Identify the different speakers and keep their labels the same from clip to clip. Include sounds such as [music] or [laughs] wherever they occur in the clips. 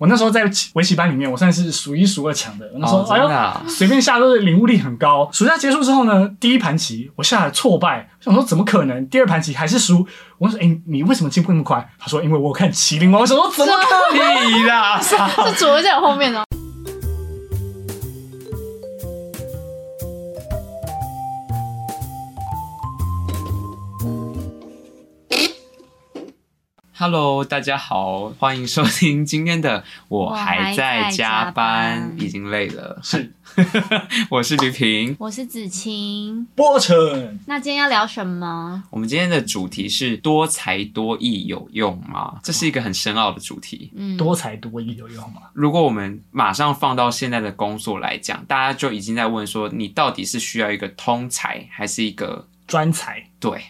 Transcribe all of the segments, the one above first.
Speaker 1: 我那时候在围棋班里面，我算是数一数二强的。我那时候、
Speaker 2: 哦
Speaker 1: 哎
Speaker 2: 真的啊
Speaker 1: 呦，随便下都是领悟力很高。暑假结束之后呢，第一盘棋我下了挫败，我想说怎么可能？第二盘棋还是输。我说：“哎、你为什么进步那么快？”他说：“因为我有看《麒麟王》。”我想说：“怎么可能？”
Speaker 2: 屁啦！傻
Speaker 3: [laughs] 是主角在我后面哦呢。
Speaker 2: Hello，大家好，欢迎收听今天的《我还在加班
Speaker 3: 我还在加》，班
Speaker 2: 已经累了。
Speaker 1: 是
Speaker 2: [laughs] 我是吕平，
Speaker 3: 我是子晴，
Speaker 1: 波成
Speaker 3: 那今天要聊什么？
Speaker 2: 我们今天的主题是多才多艺有用吗？这是一个很深奥的主题。
Speaker 3: 嗯，
Speaker 1: 多才多艺有用吗？
Speaker 2: 如果我们马上放到现在的工作来讲，大家就已经在问说，你到底是需要一个通才，还是一个
Speaker 1: 专才
Speaker 2: 对？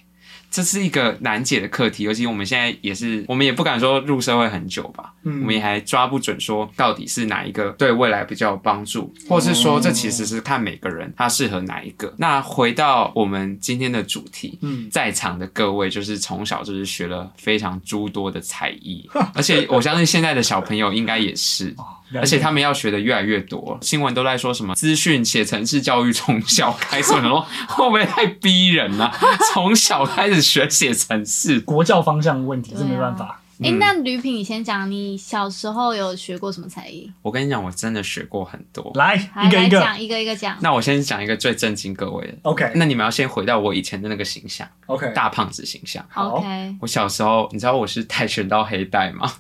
Speaker 2: 这是一个难解的课题，尤其我们现在也是，我们也不敢说入社会很久吧，
Speaker 1: 嗯
Speaker 2: 我们也还抓不准说到底是哪一个对未来比较有帮助，或是说这其实是看每个人他适合哪一个。那回到我们今天的主题。
Speaker 1: 嗯，
Speaker 2: 在场的各位，就是从小就是学了非常诸多的才艺，而且我相信现在的小朋友应该也是，而且他们要学的越来越多。新闻都在说什么资讯写程式教育从小开始，我想说会不会太逼人了、从小开始学写程式，
Speaker 1: 国教方向的问题，
Speaker 3: 对啊
Speaker 1: 这没办法。
Speaker 3: 哎、
Speaker 2: 嗯
Speaker 3: 那吕品，你先讲，你小时候有学过什么才艺？
Speaker 2: 我跟你讲，我真的学过很多。
Speaker 1: 来
Speaker 3: 来
Speaker 1: 一个
Speaker 3: 来
Speaker 1: 一个
Speaker 3: 讲，一个一个讲。
Speaker 2: 那我先讲一个最震惊各位的。
Speaker 1: ，OK
Speaker 2: 那你们要先回到我以前的那个形象，
Speaker 1: OK，
Speaker 2: 大胖子形象。
Speaker 1: 好
Speaker 3: OK，
Speaker 2: 我小时候，你知道我是跆拳道黑带吗？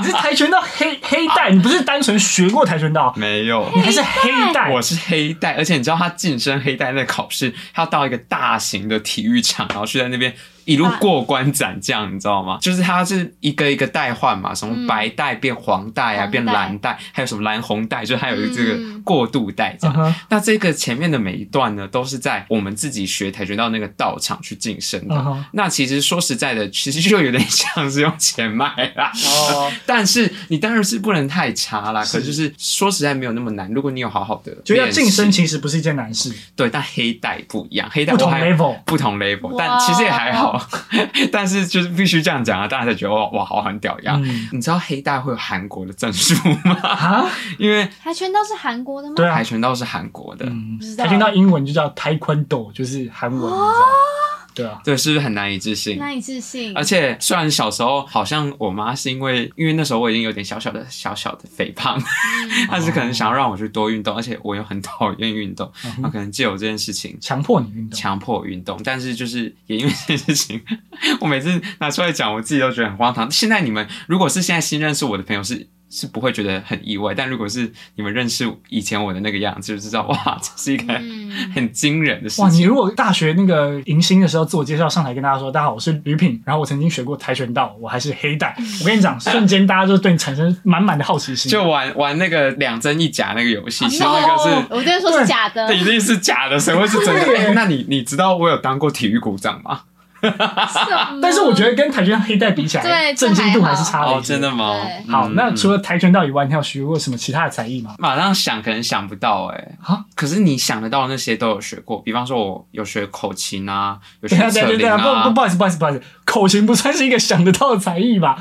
Speaker 1: 你是跆拳道黑黑带，你不是单纯学过跆拳道，
Speaker 2: 没有，
Speaker 1: 你还是黑带。
Speaker 2: 嗯我是黑带，而且你知道他晋升黑带那个考试，他要到一个大型的体育场，然后去在那边一路过关斩将，你知道吗？就是他是一个一个带换嘛，什么
Speaker 3: 嗯
Speaker 2: 白带变黄带啊，
Speaker 3: 红
Speaker 2: 变
Speaker 3: 带
Speaker 2: 蓝带，还有什么蓝红带，就是还有这个
Speaker 3: 嗯
Speaker 2: 过渡带这
Speaker 1: 嗯
Speaker 2: 样。
Speaker 1: 哼
Speaker 2: 那这个前面的每一段呢，都是在我们自己学跆拳道那个道场去晋升的。
Speaker 1: 嗯哼
Speaker 2: 那其实说实在的， [laughs] 其实就有点像是用钱买啦。 [laughs]
Speaker 1: 哦，
Speaker 2: 但是你当然是不能太差啦，
Speaker 1: 是
Speaker 2: 可就是说实在没有那么难。如果你有好好的，
Speaker 1: 就要晋升，其实不是一件难事，
Speaker 2: 对，但黑带不一样，黑带
Speaker 1: 不同
Speaker 2: 我还
Speaker 1: level。
Speaker 2: 不同 level，
Speaker 3: 哇
Speaker 2: 但其实也还好。 [laughs] 但是就是必须这样讲啊，大家才觉得哇哇好很屌一样。
Speaker 1: 嗯
Speaker 2: 你知道黑带会有韩国的证书吗？ [laughs]
Speaker 1: 啊，
Speaker 2: 因为
Speaker 3: 跆拳道是韩国的吗？
Speaker 1: 对啊
Speaker 2: 跆，拳道是韩国的，
Speaker 1: 嗯
Speaker 3: 不知，道
Speaker 1: 跆拳道英文就叫 Taekwondo，就是韩文，你知道吗对啊，
Speaker 2: 对，是不是很难以置信？
Speaker 3: 难以置信。
Speaker 2: 而且虽然小时候好像我妈是因为因为那时候我已经有点小小的小小的肥胖，
Speaker 3: 嗯
Speaker 1: [laughs]
Speaker 2: 她是可能想要让我去多运动，而且我又很讨厌运动，她可能借我这件事情。
Speaker 1: 强迫你运动。
Speaker 2: 强迫我运动，但是就是也因为这件事情，我每次拿出来讲，我自己都觉得很荒唐。现在你们如果是现在新认识我的朋友是。是不会觉得很意外，但如果是你们认识以前我的那个样子，就知道哇，这是一
Speaker 1: 哎
Speaker 2: 个
Speaker 3: 嗯，
Speaker 2: 很惊人的事
Speaker 1: 哇，
Speaker 2: 情。
Speaker 1: 你如果大学那个迎新的时候自我介绍上台跟大家说，大家好，我是吕品，然后我曾经学过跆拳道，我还是黑带。我跟你讲，瞬间大家就对你产生满满的好奇心。
Speaker 2: 就玩玩那个两针一甲那个游戏，其实那个是
Speaker 3: 啊 No，我跟你说是假的
Speaker 2: 这，一定是假的，谁会是真的？
Speaker 1: 对
Speaker 2: 欸那你你知道我有当过体育股长吗？
Speaker 3: 什么
Speaker 1: 但是我觉得跟跆拳道黑带比起来，
Speaker 3: 对
Speaker 1: 震惊度还是差了一
Speaker 2: 哦，
Speaker 1: 些
Speaker 2: 真的。吗
Speaker 3: 对？
Speaker 1: 好，
Speaker 2: 嗯
Speaker 1: 那除了跆拳道以外，你还有学过什么其他的才艺
Speaker 2: [laughs]
Speaker 1: 吗？
Speaker 2: 马上想可能想不到哎、
Speaker 1: 啊
Speaker 2: 可是你想得到的那些都有学过，比方说我有学口琴 [laughs] 啊，有学
Speaker 1: 等一下，
Speaker 2: 扯
Speaker 1: 等一
Speaker 2: 铃
Speaker 1: 下，等一下，不
Speaker 2: 啊
Speaker 1: 不，不好意思，不好意思，不好意思，口琴不算是一个想得到的才艺吧？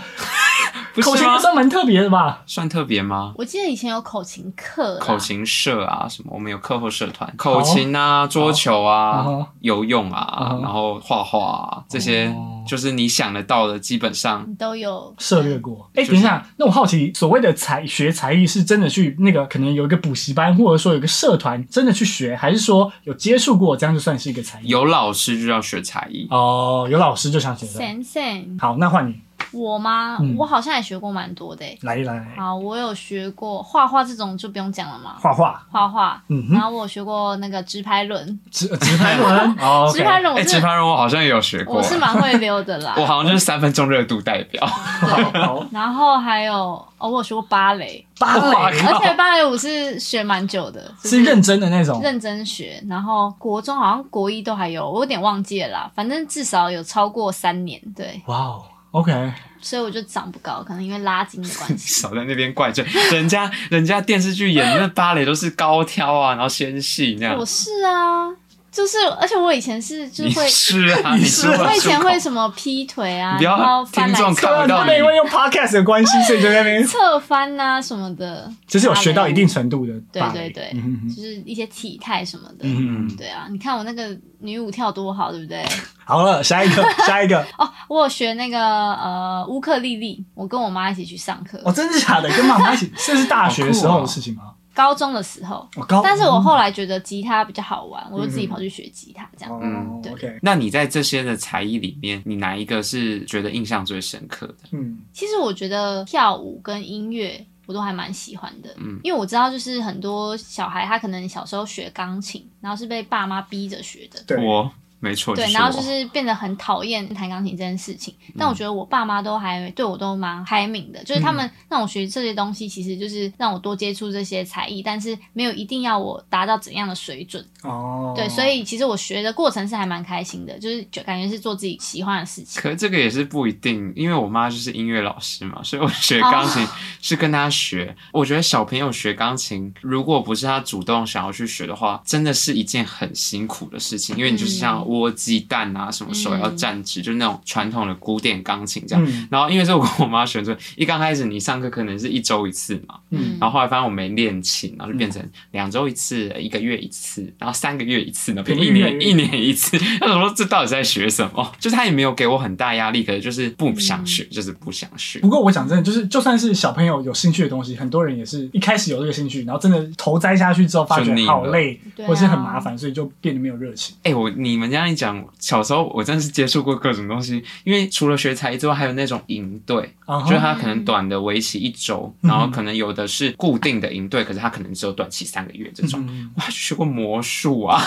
Speaker 2: 不啊
Speaker 1: 口
Speaker 2: 是
Speaker 1: 琴
Speaker 2: 吗
Speaker 1: 也？算蛮特别的吧？
Speaker 2: 算特别吗？
Speaker 3: 我记得以前有口琴课啦，
Speaker 2: 口琴社啊，什么我们有课后社团，口琴啊，桌球
Speaker 1: 嗯
Speaker 2: 啊
Speaker 1: 哼，
Speaker 2: 游泳
Speaker 1: 嗯
Speaker 2: 啊
Speaker 1: 哼，
Speaker 2: 然后画画啊，这些
Speaker 1: 哦
Speaker 2: 就是你想得到的，基本上
Speaker 3: 你都有
Speaker 1: 涉略过。哎、
Speaker 2: 就是
Speaker 1: 等一下，那我好奇，所谓的才学才艺是真的去那个可能有一个补习班，或者说有一个社团真的去学，还是说有接触过，这样就算是一个才艺？
Speaker 2: 有老师就要学才艺。
Speaker 1: 哦，有老师就想学的。
Speaker 3: Sen Sen。
Speaker 1: 好，那换你
Speaker 3: 我吗？
Speaker 1: 嗯
Speaker 3: 我好像也学过蛮多的欸。
Speaker 1: 来来来
Speaker 3: 好，我有学过画画这种就不用讲了嘛，
Speaker 1: 画画，
Speaker 3: 画画。
Speaker 1: 嗯
Speaker 3: 然
Speaker 1: 哼，
Speaker 3: 后我有学过那个直拍轮，
Speaker 1: 直直拍轮，哦
Speaker 3: 直拍
Speaker 1: ，OK，
Speaker 3: 轮我
Speaker 2: 哎，
Speaker 3: 是
Speaker 2: 直拍人我好像也有学过
Speaker 3: 我，是蛮会溜的
Speaker 2: [laughs]
Speaker 3: 啦。
Speaker 2: 我好像就是三分钟热度代
Speaker 3: [laughs]
Speaker 2: 表。
Speaker 1: 好，好
Speaker 3: 然后还有哦，我有学过芭蕾，
Speaker 1: 芭蕾
Speaker 3: 而且芭蕾舞是学蛮久的，就是
Speaker 1: 认真的那种，
Speaker 3: 认真学。然后国中好像国一都还有，我有点忘记了啦，反正至少有超过三年。对，
Speaker 1: 哇哦，OK，
Speaker 3: 所以我就长不高，可能因为拉筋的
Speaker 2: [laughs]
Speaker 3: 关系。
Speaker 2: 少在那边怪罪人家，人家电视剧演的那芭蕾都是高挑啊，然后纤细那样
Speaker 3: 我。是啊，就是，而且我以前是就
Speaker 2: 你
Speaker 3: 会，
Speaker 2: 是啊，
Speaker 1: 你
Speaker 2: 你
Speaker 1: 是
Speaker 2: 是
Speaker 1: 啊
Speaker 3: 我以前会
Speaker 2: 么？
Speaker 3: 什么劈腿啊，
Speaker 2: 不要
Speaker 3: 然后翻来
Speaker 2: 听众
Speaker 3: 侧
Speaker 2: 看不到
Speaker 1: 他
Speaker 2: 你
Speaker 1: 们因为用 podcast 的关系，所以就在那边，
Speaker 3: 侧翻啊什么的，
Speaker 1: 就是有学到一定程度的
Speaker 3: 对
Speaker 1: 芭蕾。
Speaker 3: 对对
Speaker 1: 嗯哼哼
Speaker 3: 就是一些体态什么的。
Speaker 1: 嗯哼哼，
Speaker 3: 对啊，你看我那个女舞跳多好，对不
Speaker 1: [laughs]
Speaker 3: 对？
Speaker 1: 好了，下一个，下一个，
Speaker 3: 哦，我有学那个呃乌克丽丽，我跟我妈一起去上课，
Speaker 1: 哦，真的假的？跟妈妈一起， [laughs] 这是大学时候的事情吗？
Speaker 3: 高中的时候。
Speaker 1: 我高，
Speaker 3: 但是我后来觉得吉他比较好玩，我就自己跑去学吉他这样。
Speaker 1: 嗯
Speaker 2: 嗯
Speaker 3: 对
Speaker 1: ，OK，
Speaker 2: 那你在这些的才艺里面，你哪一个是觉得印象最深刻的？
Speaker 1: 嗯
Speaker 3: 其实我觉得跳舞跟音乐我都还蛮喜欢的，
Speaker 2: 嗯
Speaker 3: 因为我知道就是很多小孩他可能小时候学钢琴，然后是被爸妈逼着学的，
Speaker 1: 对
Speaker 2: 我没错，
Speaker 3: 对，
Speaker 2: 是
Speaker 3: 然后
Speaker 2: 我
Speaker 3: 就是变得很讨厌弹钢琴这件事情。但
Speaker 2: 嗯
Speaker 3: 我觉得我爸妈都还对我都蛮开明的，就是他们让我学这些东西，其实就是让我多接触这些才艺，但是没有一定要我达到怎样的水准。
Speaker 1: 哦，
Speaker 3: 对，所以其实我学的过程是还蛮开心的，就是就感觉是做自己喜欢的事情。
Speaker 2: 可是这个也是不一定，因为我妈就是音乐老师嘛，所以我学钢琴是跟她学。我觉得小朋友学钢琴，如果不是他主动想要去学的话，真的是一件很辛苦的事情，因为你就是像窝鸡蛋啊，什么手要站直，就是那种传统的古典钢琴这样。
Speaker 1: 嗯
Speaker 2: 然后因为是我跟我妈学，所以一刚开始你上课可能是一周一次嘛，
Speaker 1: 嗯
Speaker 3: 嗯，
Speaker 2: 然后后来发现我没练琴，然后就变成两周一次、一个月一次，然后三个月一次，然后变
Speaker 1: 频
Speaker 2: 一
Speaker 1: 率越来越
Speaker 2: 年一年一次。 [laughs] 他想说这到底在学什么？ [laughs] 就是他也没有给我很大压力，可是就是不想
Speaker 1: 嗯
Speaker 2: 学，就是不想学
Speaker 1: 不。过我讲真的，就是就算是小朋友有兴趣的东西，很多人也是一开始有这个兴趣，然后真的头栽下去之后，发
Speaker 2: 就
Speaker 1: 觉
Speaker 2: 腻了
Speaker 1: 好累，
Speaker 3: 对啊
Speaker 1: 或是很麻烦，所以就变得没有热情。
Speaker 2: 哎、我你们这样一讲，小时候我真的是接触过各种东西，因为除了学才艺之外，还有那种营队，
Speaker 1: 啊
Speaker 2: 就是
Speaker 1: 哈，
Speaker 2: 它可能短的为期一周，
Speaker 1: 嗯
Speaker 2: 然后可能有的是固定的营队，可是它可能只有短期三个月这种。
Speaker 1: 嗯， [laughs]
Speaker 2: 哇，学过魔术啊！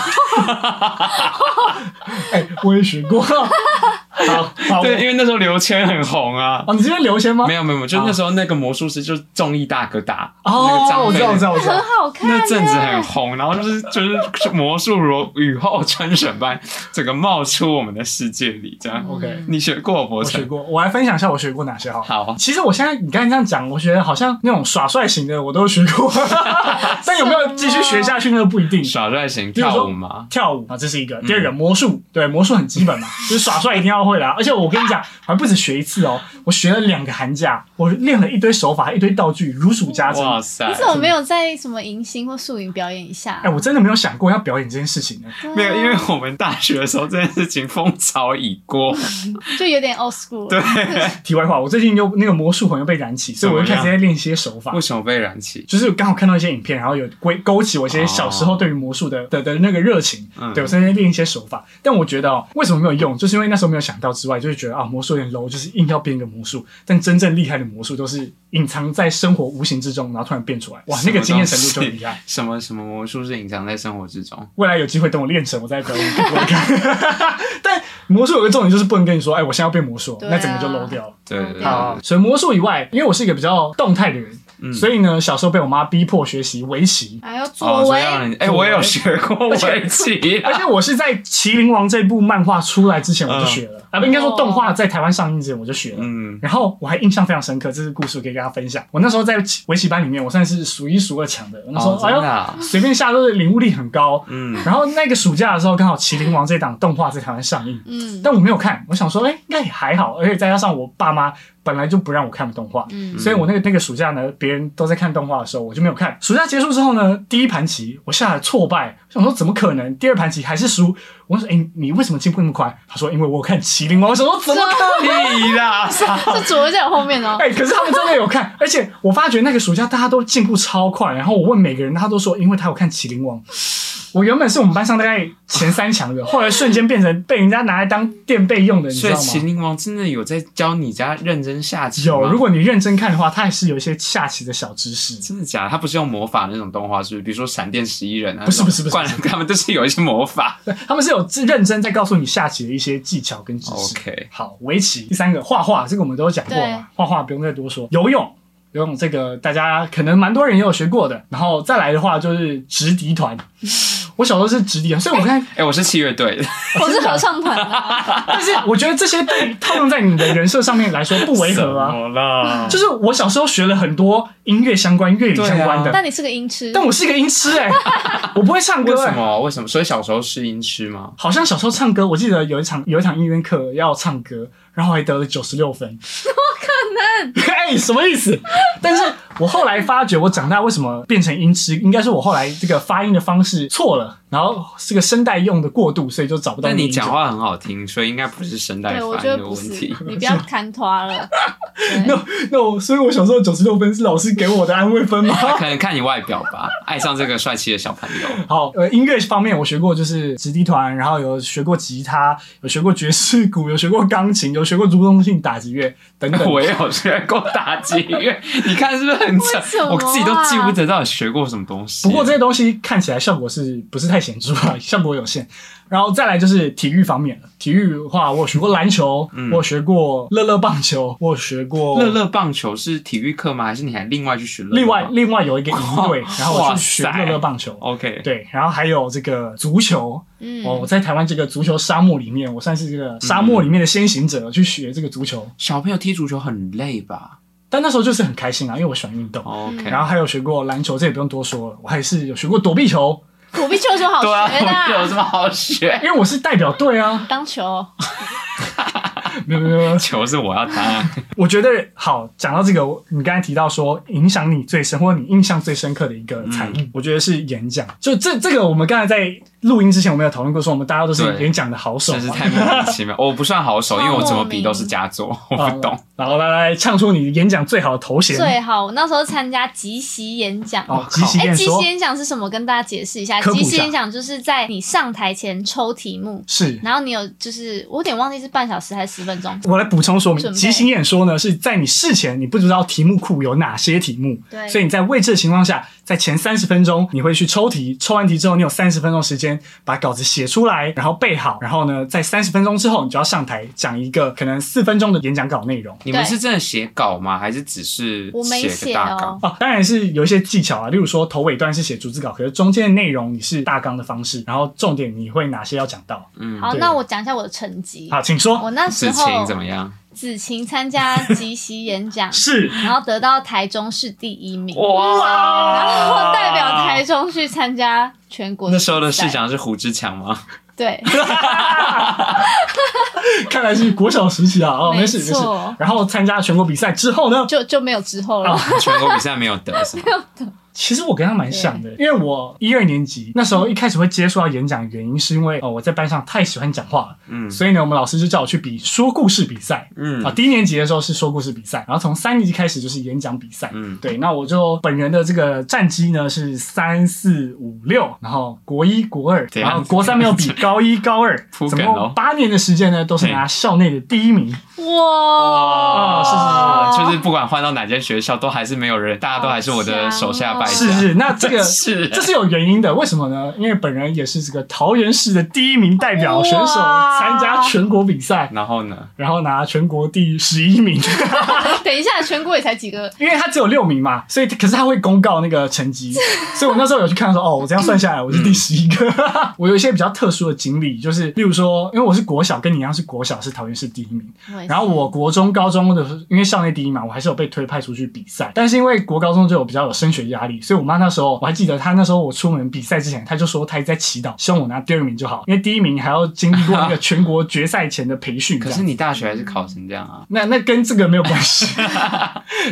Speaker 1: 哎、我也学 [laughs] 过。好，好，
Speaker 2: [laughs] 对，因为那时候刘谦很红啊。
Speaker 1: 哦，你这边留先吗？
Speaker 2: 没有没有，没有就
Speaker 1: 啊
Speaker 2: 那时候那个魔术师就是综艺大哥大，那个
Speaker 1: 哦，
Speaker 2: 张
Speaker 1: 我
Speaker 2: 飞
Speaker 1: 知道，我知
Speaker 2: 的。
Speaker 1: 道，我知
Speaker 3: 很
Speaker 1: 道。
Speaker 3: 好看耶，
Speaker 2: 那阵子很红，然后就是就是魔术如雨后春笋般，整个冒出我们的世界里。这样，
Speaker 1: OK，
Speaker 2: 你学过
Speaker 1: 我
Speaker 2: 博
Speaker 1: 学
Speaker 2: 成？
Speaker 1: 过，我来分享一下我学过哪些好。
Speaker 2: 好
Speaker 1: 其实我现在你刚才这样讲，我觉得好像那种耍帅型的我都学
Speaker 2: [laughs]
Speaker 1: 过，但有没有继续学下去那个不一定。
Speaker 2: 耍帅型
Speaker 1: 比如说
Speaker 2: 跳舞吗？嗯
Speaker 1: 跳舞啊，这是一个。第二个魔术，对，魔术很基本嘛，
Speaker 2: [laughs]
Speaker 1: 就是耍帅一定要会啦。而且我跟你讲，还不止学一次哦，我学了两个寒假，我练了一堆手法，一堆道具，如数家珍。
Speaker 2: 哇塞
Speaker 3: 你！怎么没有在什么迎新或宿营表演一下？
Speaker 1: 哎，我真的没有想过要表演这件事情呢。
Speaker 3: 对啊
Speaker 2: 没有，因为我们大学的时候这件事情风潮已
Speaker 1: [laughs]
Speaker 2: 过。
Speaker 3: 就有点 old school。
Speaker 2: 对，
Speaker 1: 题外话，我最近又那个魔术魂又被燃起，所以我就开始在练一些手法
Speaker 2: 为。什么被燃起？
Speaker 1: 就是刚好看到一些影片，然后有勾勾起我一些小时候对于魔术的、的的那个热情，
Speaker 2: 嗯
Speaker 1: 对我在那边练一些手法。但我觉得哦，为什么没有用，就是因为那时候没有想到之外，就是觉得啊，魔术有点 low，就是硬要编一个魔术。但真正厉害的魔术都是隐藏在生活无形之中，然后突然变出来，哇，那个经验程度就很厉害。
Speaker 2: 什么什么魔术是隐藏在生活之中？
Speaker 1: 未来有机会等我练成，我再表演给各位看。但魔术有个重点就是不能跟你说，哎，我现在要变魔术哦，
Speaker 3: 对啊
Speaker 1: 那整个就 low 掉了。
Speaker 2: 对对对
Speaker 1: 啊、
Speaker 2: 对，
Speaker 1: 除了魔术以外，因为我是一个比较动态的人，
Speaker 2: 嗯
Speaker 1: 所以呢，小时候被我妈逼迫学习围棋。
Speaker 3: 哎呦，
Speaker 2: 哦，
Speaker 3: 作
Speaker 2: 这
Speaker 3: 为
Speaker 2: 样哎，我也有学过围棋啊
Speaker 1: [laughs] 而且我是在《麒麟王》这部漫画出来之前我就学了，啊，不应该说动画在台湾上映之前我就学了。
Speaker 2: 嗯，
Speaker 1: 然后我还印象非常深刻，这是故事可以跟大家分享。我那时候在围棋班里面，我算是数一数二强的。我那时候、
Speaker 2: 哦
Speaker 1: 哎
Speaker 2: 真的啊
Speaker 1: 呦，随便下都是领悟力很高。
Speaker 2: 嗯
Speaker 1: 然后那个暑假的时候，刚好《麒麟王》这档动画在台湾上映，
Speaker 3: 嗯
Speaker 1: 但我没有看。我想说，哎、应该也还好。而且再加上我爸妈本来就不让我看动画，
Speaker 3: 嗯
Speaker 1: 所以我那个那个暑假呢，别人都在看动画的时候，我就没有看。暑假结束之后呢，第一盘棋我下了挫败，想说怎么可能？第二盘棋还是输。我说：“哎、你为什么进步那么快？”他说：“因为我有看《麒麟王》。”我想说：“怎么可能？”
Speaker 2: 屁啦！
Speaker 3: 这主播在我后面
Speaker 2: [laughs]
Speaker 3: 哦。
Speaker 1: [laughs] 哎、可是他们真的有看，而且我发觉那个暑假大家都进步超快。然后我问每个人，他都说因为他有看《麒麟王》。我原本是我们班上大概前三强的，后来瞬间变成被人家拿来当垫背用的，你知
Speaker 2: 所以
Speaker 1: 道
Speaker 2: 麒
Speaker 1: 吗？
Speaker 2: 麟王真的有在教你家认真下棋吗
Speaker 1: 有，如果你认真看的话，它还是有一些下棋的小知识。
Speaker 2: 真的假的？他不是用魔法那种动画，是不是？比如说闪电十一人啊，
Speaker 1: 不是
Speaker 2: 那种
Speaker 1: 不是不是
Speaker 2: 灌篮他们都是有一些
Speaker 1: [laughs]
Speaker 2: 魔法。
Speaker 1: 他们是有认真在告诉你下棋的一些技巧跟知识。
Speaker 2: 哦 OK
Speaker 1: 好，围棋第三个画画，这个我们都有讲过嘛，画画不用再多说。游泳，游泳这个大家可能蛮多人也有学过的。然后再来的话就是直笛团，我小时候是直笛啊，所以我看，
Speaker 2: 哎、我是器乐队的，啊
Speaker 3: 我是合唱团啊的，
Speaker 1: 但是我觉得这些对套用在你的人设上面来说不违和
Speaker 2: [laughs] 哦
Speaker 1: 啊。
Speaker 4: 么啦？
Speaker 1: 就是我小时候学了很多音乐相关、乐理相关的，
Speaker 2: 对
Speaker 3: 但你是个音痴，
Speaker 1: 但我是一个音痴哎、我不会唱
Speaker 2: 为
Speaker 1: 歌、
Speaker 2: 什
Speaker 1: 哎。
Speaker 2: 么？为什么？所以小时候是音痴吗？
Speaker 1: 好像小时候唱歌，我记得有一场有一场音乐课要唱歌，然后还得了九十六分，怎么可能？ [laughs] 哎、什么意思？但是我后来发觉，我长大为什么变成音痴，应该是我后来这个发音的方式错了，然后这个声带用的过度，所以就找不到。
Speaker 2: 但你讲，啊话很好听，所以应该不是声带
Speaker 3: 对，我
Speaker 2: 发
Speaker 3: 觉得
Speaker 2: 音的
Speaker 3: 不
Speaker 2: 问
Speaker 3: 是
Speaker 2: 题。，
Speaker 3: 你不要
Speaker 2: [laughs]
Speaker 3: 看拖了。对
Speaker 1: [laughs] 那我所以，我小时候九十六分是老师给我的安慰分
Speaker 2: [laughs]
Speaker 1: 吗？
Speaker 2: 他可能看你外表
Speaker 1: [laughs]
Speaker 2: 吧，爱上这个帅气的小朋友。
Speaker 1: 好，呃，音乐方面我学过就是直笛团，然后有学过吉他，有学过爵士鼓，有学过钢琴，有学过主动性打击乐等等。
Speaker 2: 我也有学过打击乐，你看是不是很扯
Speaker 3: 为什？么啊
Speaker 2: 我自己都记不得到底学过什么东西。
Speaker 1: 不过这些东西看起来效果是不是太显著啊？ [laughs] 效果有限。然后再来就是体育方面了，体育的话，我有学过篮球，
Speaker 2: 嗯
Speaker 1: 我有学过乐乐棒球，我有学过
Speaker 2: 乐乐棒球是体育课吗？还是你还另外去学乐乐棒？
Speaker 1: 哦另外另外有一
Speaker 2: [laughs]
Speaker 1: 个营队，然后我
Speaker 2: 哇
Speaker 1: 去
Speaker 2: 塞
Speaker 1: 学乐乐棒球。
Speaker 2: OK，
Speaker 1: 对，然后还有这个足球，
Speaker 3: 嗯，
Speaker 1: 哦，我在台湾这个足球沙漠里面，我算是这个沙漠里面的先行者，去学这个足球。
Speaker 2: 小朋友踢足球很累吧
Speaker 1: 但那时候就是很开心啊，因为我喜欢运动。
Speaker 2: ？OK，
Speaker 1: 然
Speaker 3: 嗯
Speaker 1: 后还有学过篮球，这也不用多说了，我还是有学过躲避球，
Speaker 3: 躲避球有什么好
Speaker 2: 对啊，
Speaker 3: 学的
Speaker 2: 我有
Speaker 3: 啊？
Speaker 2: 什么好学？
Speaker 1: 因为我是代表队啊。
Speaker 3: 当球，
Speaker 1: 没有没有没有，
Speaker 2: 球是我要当，
Speaker 1: 我觉得好，讲到这个，我你刚才提到说影响你最深或者你印象最深刻的一个才艺，
Speaker 2: 嗯
Speaker 1: 我觉得是演讲。就这这个，我们刚才在录音之前，我们有讨论过，说我们大家都是
Speaker 2: 对
Speaker 1: 演讲的好手
Speaker 2: 真是
Speaker 1: 嘛。
Speaker 2: 太莫名
Speaker 1: [laughs]
Speaker 2: 其妙。我不算好手，因为我怎么比都是佳作，我
Speaker 1: 啊
Speaker 2: 不懂。
Speaker 1: 然后来来唱出你演讲最好的头衔。
Speaker 3: 最好我那时候参加即席演讲。
Speaker 1: 哦，
Speaker 2: 靠
Speaker 1: 即席
Speaker 3: 哎，
Speaker 1: 演
Speaker 3: 即
Speaker 1: 说
Speaker 3: 席演讲是什么？跟大家解释一下。
Speaker 1: 科普一下
Speaker 3: 即席演讲就是在你上台前抽题目，
Speaker 1: 是。
Speaker 3: 然后你有就是我有点忘记是半小时还是十
Speaker 2: 嗯
Speaker 3: 分钟。
Speaker 1: 我来补充说明，
Speaker 3: 准备
Speaker 1: 即兴演说呢是在你事前你不知道题目库有哪些题目，
Speaker 3: 对
Speaker 1: 所以你在未知的情况下，在前三十分钟你会去抽题，抽完题之后你有三十分钟时间把稿子写出来，然后背好，然后呢在三十分钟之后你就要上台讲一个可能四分钟的演讲稿内容。
Speaker 2: 你们是真的写稿吗？还是只是
Speaker 3: 我没
Speaker 2: 写
Speaker 3: 写
Speaker 2: 个大
Speaker 3: 哦
Speaker 2: 纲？，
Speaker 1: 哦，当然是有一些技巧啊，例如说头尾段是写逐字稿，可是中间的内容你是大纲的方式，然后重点你会哪些要讲到？
Speaker 2: 嗯，
Speaker 3: 好，
Speaker 1: 对
Speaker 3: 那我讲一下我的成绩。
Speaker 1: 好，请说。，
Speaker 3: 我那时
Speaker 2: 事
Speaker 3: 候
Speaker 2: 情怎么样？
Speaker 3: 子晴参加即席演
Speaker 2: [laughs]
Speaker 3: 讲
Speaker 1: 是
Speaker 3: 然后得到台中市第一名，
Speaker 2: 哇！
Speaker 3: 然后代表台中去参加全国
Speaker 2: 那时候的
Speaker 3: 比赛
Speaker 2: 市，长是胡志强吗？
Speaker 3: 对，
Speaker 1: 看来是国小时期啊，哦，没事没
Speaker 3: 没
Speaker 1: 事
Speaker 3: 错。
Speaker 1: 然后参加全国比赛之后呢，
Speaker 3: 就就没有之后了。
Speaker 1: 啊
Speaker 2: 全国比赛没有得
Speaker 3: [laughs]
Speaker 2: 什么？
Speaker 1: 其实我跟他蛮像的，因为我一二年级那时候一开始会接触到演讲，原因是因为哦我在班上太喜欢讲话了，
Speaker 2: 嗯
Speaker 1: 所以呢我们老师就叫我去比说故事比赛。
Speaker 2: 嗯
Speaker 1: 啊，，第一年级的时候是说故事比赛，然后从三年级开始就是演讲比赛。
Speaker 2: 嗯
Speaker 1: 对，那我就本人的这个战绩呢是三四五六，然后国一国二，
Speaker 2: 怎样
Speaker 1: 然后国三没有
Speaker 2: [laughs]
Speaker 1: 比，高一高二，
Speaker 2: 铺
Speaker 1: 总
Speaker 2: 梗
Speaker 1: 共
Speaker 2: 咯
Speaker 1: 八年的时间呢都是拿校内的第一名。
Speaker 3: 哇，
Speaker 1: 哦
Speaker 2: 是是是，就是不管换到哪间学校，都还是没有人，大家都还是我的
Speaker 3: 啊
Speaker 2: 手下败
Speaker 1: 是
Speaker 2: 将。
Speaker 1: 是，那
Speaker 2: [laughs]
Speaker 1: 这个
Speaker 2: 是
Speaker 1: 这是有原因的，为什么呢？因为本人也是这个桃园市的第一名代表选手，
Speaker 3: 哇
Speaker 1: 参加全国比赛，
Speaker 2: 然后呢？
Speaker 1: 然后拿全国第十一名， [laughs]
Speaker 3: [laughs] 等一下，全国也才几个，
Speaker 1: 因为他只有六名嘛，所以可是他会公告那个成绩，所以我那时候有去看说，哦，我这样算下来我是第十一个。 [laughs] 我有一些比较特殊的经历，就是例如说，因为我是国小，跟你一样是国小，是桃园市第一名，然后我国中、高中的时候，因为校内第一嘛，我还是有被推派出去比赛。但是因为国高中就有比较有升学压力，所以我妈那时候我还记得，她那时候我出门比赛之前，她就说她一直在祈祷，希望我拿第二名就好，因为第一名还要经历过那个全国决赛前的培训。
Speaker 2: 可
Speaker 1: 这
Speaker 2: 是
Speaker 1: 样
Speaker 2: 你大学还是考成这样啊？
Speaker 1: 那那跟这个没有关
Speaker 2: [laughs]
Speaker 1: 系。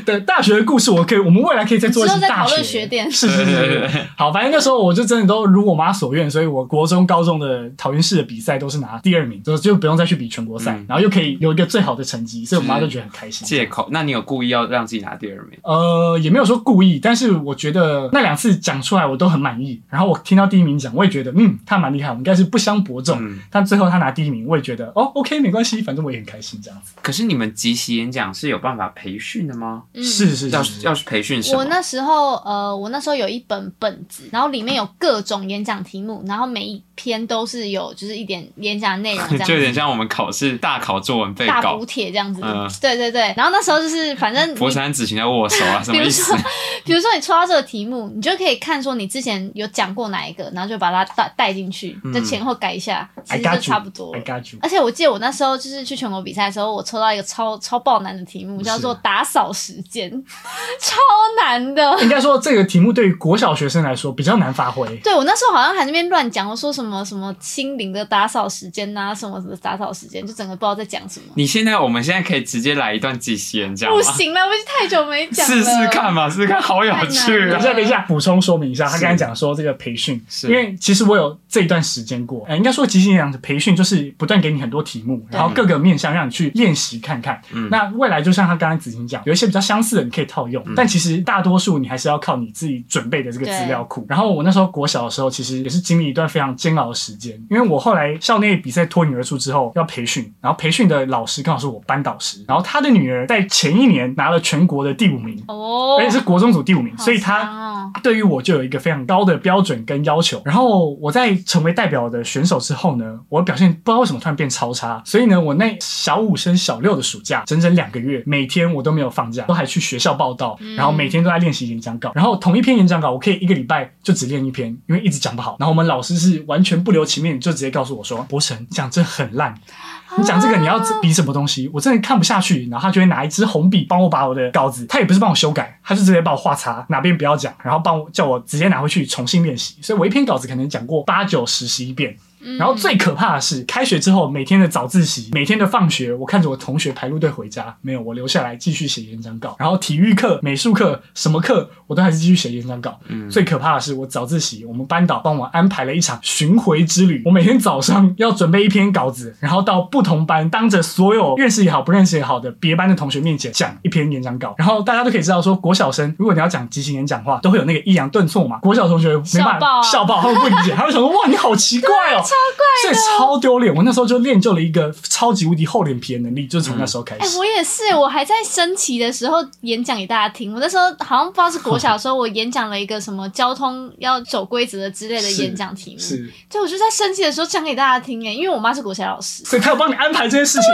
Speaker 1: 对大学的故事，我可以，我们未来可以再做一
Speaker 3: 之
Speaker 1: 次
Speaker 3: 后再
Speaker 1: 大
Speaker 3: 讨论
Speaker 1: 学
Speaker 3: 学点
Speaker 1: 是是是
Speaker 2: 对对
Speaker 1: 是
Speaker 2: 对
Speaker 1: 是。好，反正那时候我就真的都如我妈所愿，所以我国中、高中的桃园市的比赛都是拿第二名，就就不用再去比全国赛，
Speaker 2: 嗯
Speaker 1: 然后又可以有一个最好的成绩，所以我妈就觉得很开心。
Speaker 2: 借口？那你有故意要让自己拿第二名？
Speaker 1: 呃，也没有说故意，但是我觉得那两次讲出来我都很满意。然后我听到第一名讲，我也觉得嗯，他蛮厉害，我们应该是不相伯仲。
Speaker 2: 嗯
Speaker 1: 但最后他拿第一名，我也觉得哦，OK，没关系，反正我也很开心这样子。
Speaker 2: 可是你们即席演讲是有办法培训的吗？
Speaker 3: 嗯
Speaker 1: 是是
Speaker 2: 要
Speaker 1: 是是，
Speaker 2: 要培训什么？
Speaker 3: 我那时候，呃，我那时候有一本本子，然后里面有各种演讲题目，然后每一篇都是有就是一点演讲内容这
Speaker 2: [laughs]
Speaker 3: 样
Speaker 2: 就有
Speaker 3: 子，
Speaker 2: 点像我们考试大考作文背
Speaker 3: 大
Speaker 2: 稿
Speaker 3: 补，帖这样子
Speaker 2: 嗯。
Speaker 3: 对对对，然后那时候就是反正你
Speaker 2: [laughs] 佛山子晴在握手啊，什么
Speaker 3: [laughs] 比
Speaker 2: 意
Speaker 3: 如
Speaker 2: 思
Speaker 3: 说？，比如说你抽到这个题目，你就可以看说你之前有讲过哪一个，然后就把它带带进去，
Speaker 2: 嗯
Speaker 3: 就前后改一下，其
Speaker 1: I
Speaker 3: 实就
Speaker 1: got you，
Speaker 3: 差不多
Speaker 1: I
Speaker 3: 了。
Speaker 1: got you。
Speaker 3: 而且我记得我那时候就是去全国比赛的时候，我抽到一个超超爆难的题目，
Speaker 1: 是
Speaker 3: 叫做打扫时间， [laughs] 超难的。
Speaker 1: 应该说这个题目对于国小学生来说比较难发挥。
Speaker 3: 对我那时候好像还在那边乱讲，我说什么什么心灵的打扫时间呐、什么什么打扫时间，就整个不知道在讲什么。
Speaker 2: 你现在我们现在可以直接来一段即席演讲
Speaker 3: 不
Speaker 2: 吗？
Speaker 3: 行了，我已经太久没讲了。
Speaker 2: 试试看嘛，试试看，好有趣
Speaker 1: [laughs] 等
Speaker 2: 啊
Speaker 1: 一！下，等一下，补充说明一下，他
Speaker 2: 是
Speaker 1: 刚才讲说这个培训，
Speaker 2: 是
Speaker 1: 因为其实我有这一段时间过，呃，应该说即兴演讲的培训就是不断给你很多题目，
Speaker 3: 对
Speaker 1: 然后各个面向让你去练习看看。
Speaker 2: 嗯
Speaker 1: 那未来就像他刚才子晴讲，有一些比较相似的你可以套用，但其实大多数你还是要靠你自己准备的这个资料库。然后我那时候国小的时候，其实也是经历一段非常煎熬的时间，因为我后来校内比赛脱颖而出之后要培训，然后培训的老师刚好是我班导师，然后他的女儿在前一年拿了全国的第五名。
Speaker 3: 哦，
Speaker 1: 而且是国中组第五名，所以
Speaker 3: 好
Speaker 1: 他
Speaker 3: 强哦
Speaker 1: 对于我就有一个非常高的标准跟要求。然后我在成为代表的选手之后呢，我表现不知道为什么突然变超差，所以呢，我那小五升小六的暑假，整整两个月，每天我都没有放假，都还去学校报道，然后每天都在练习演讲稿。然后同一篇演讲稿，我可以一个礼拜就只练一篇，因为一直讲不好。然后我们老师是完全不留情面，就直接告诉我说：“博神讲这很烂，你讲这个你要比什么东西？我真的看不下去。然后他就会拿一支红笔帮我把我的稿子，他也不是帮我修改，他就直接帮我画叉，哪边不要讲，然后帮我叫我直接拿回去重新练习。所以我一篇稿子可能讲过八九十十一遍。
Speaker 3: 嗯
Speaker 1: 然后最可怕的是，开学之后每天的早自习，每天的放学，我看着我同学排路队回家，没有我留下来继续写演讲稿。然后体育课、美术课、什么课，我都还是继续写演讲稿。最可怕的是，我早自习，我们班导帮我安排了一场巡回之旅。我每天早上要准备一篇稿子，然后到不同班，当着所有认识也好、不认识也好的别班的同学面前讲一篇演讲稿。然后大家都可以知道说，国小生如果你要讲即兴演讲的话，都会有那个抑扬顿挫嘛。国小同学没办
Speaker 3: 校爆
Speaker 1: 法
Speaker 3: 啊
Speaker 1: 校爆，他们不理解，他们想说哇，你好奇怪哦，超怪，所以超丢脸。我那时候就练就了一个超级无敌厚脸皮的能力，就是从那时候开
Speaker 3: 哎、
Speaker 1: 始。
Speaker 3: 我也是，我还在升旗的时候演讲给大家听。我那时候好像不知道是国小的时候，我演讲了一个什么交通要走规则之类的
Speaker 1: 是
Speaker 3: 演讲题目。
Speaker 1: 是，
Speaker 3: 对，我就在升旗的时候讲给大家听、哎，因为我妈是国小老师，
Speaker 1: 所以他有帮你安排这件事情。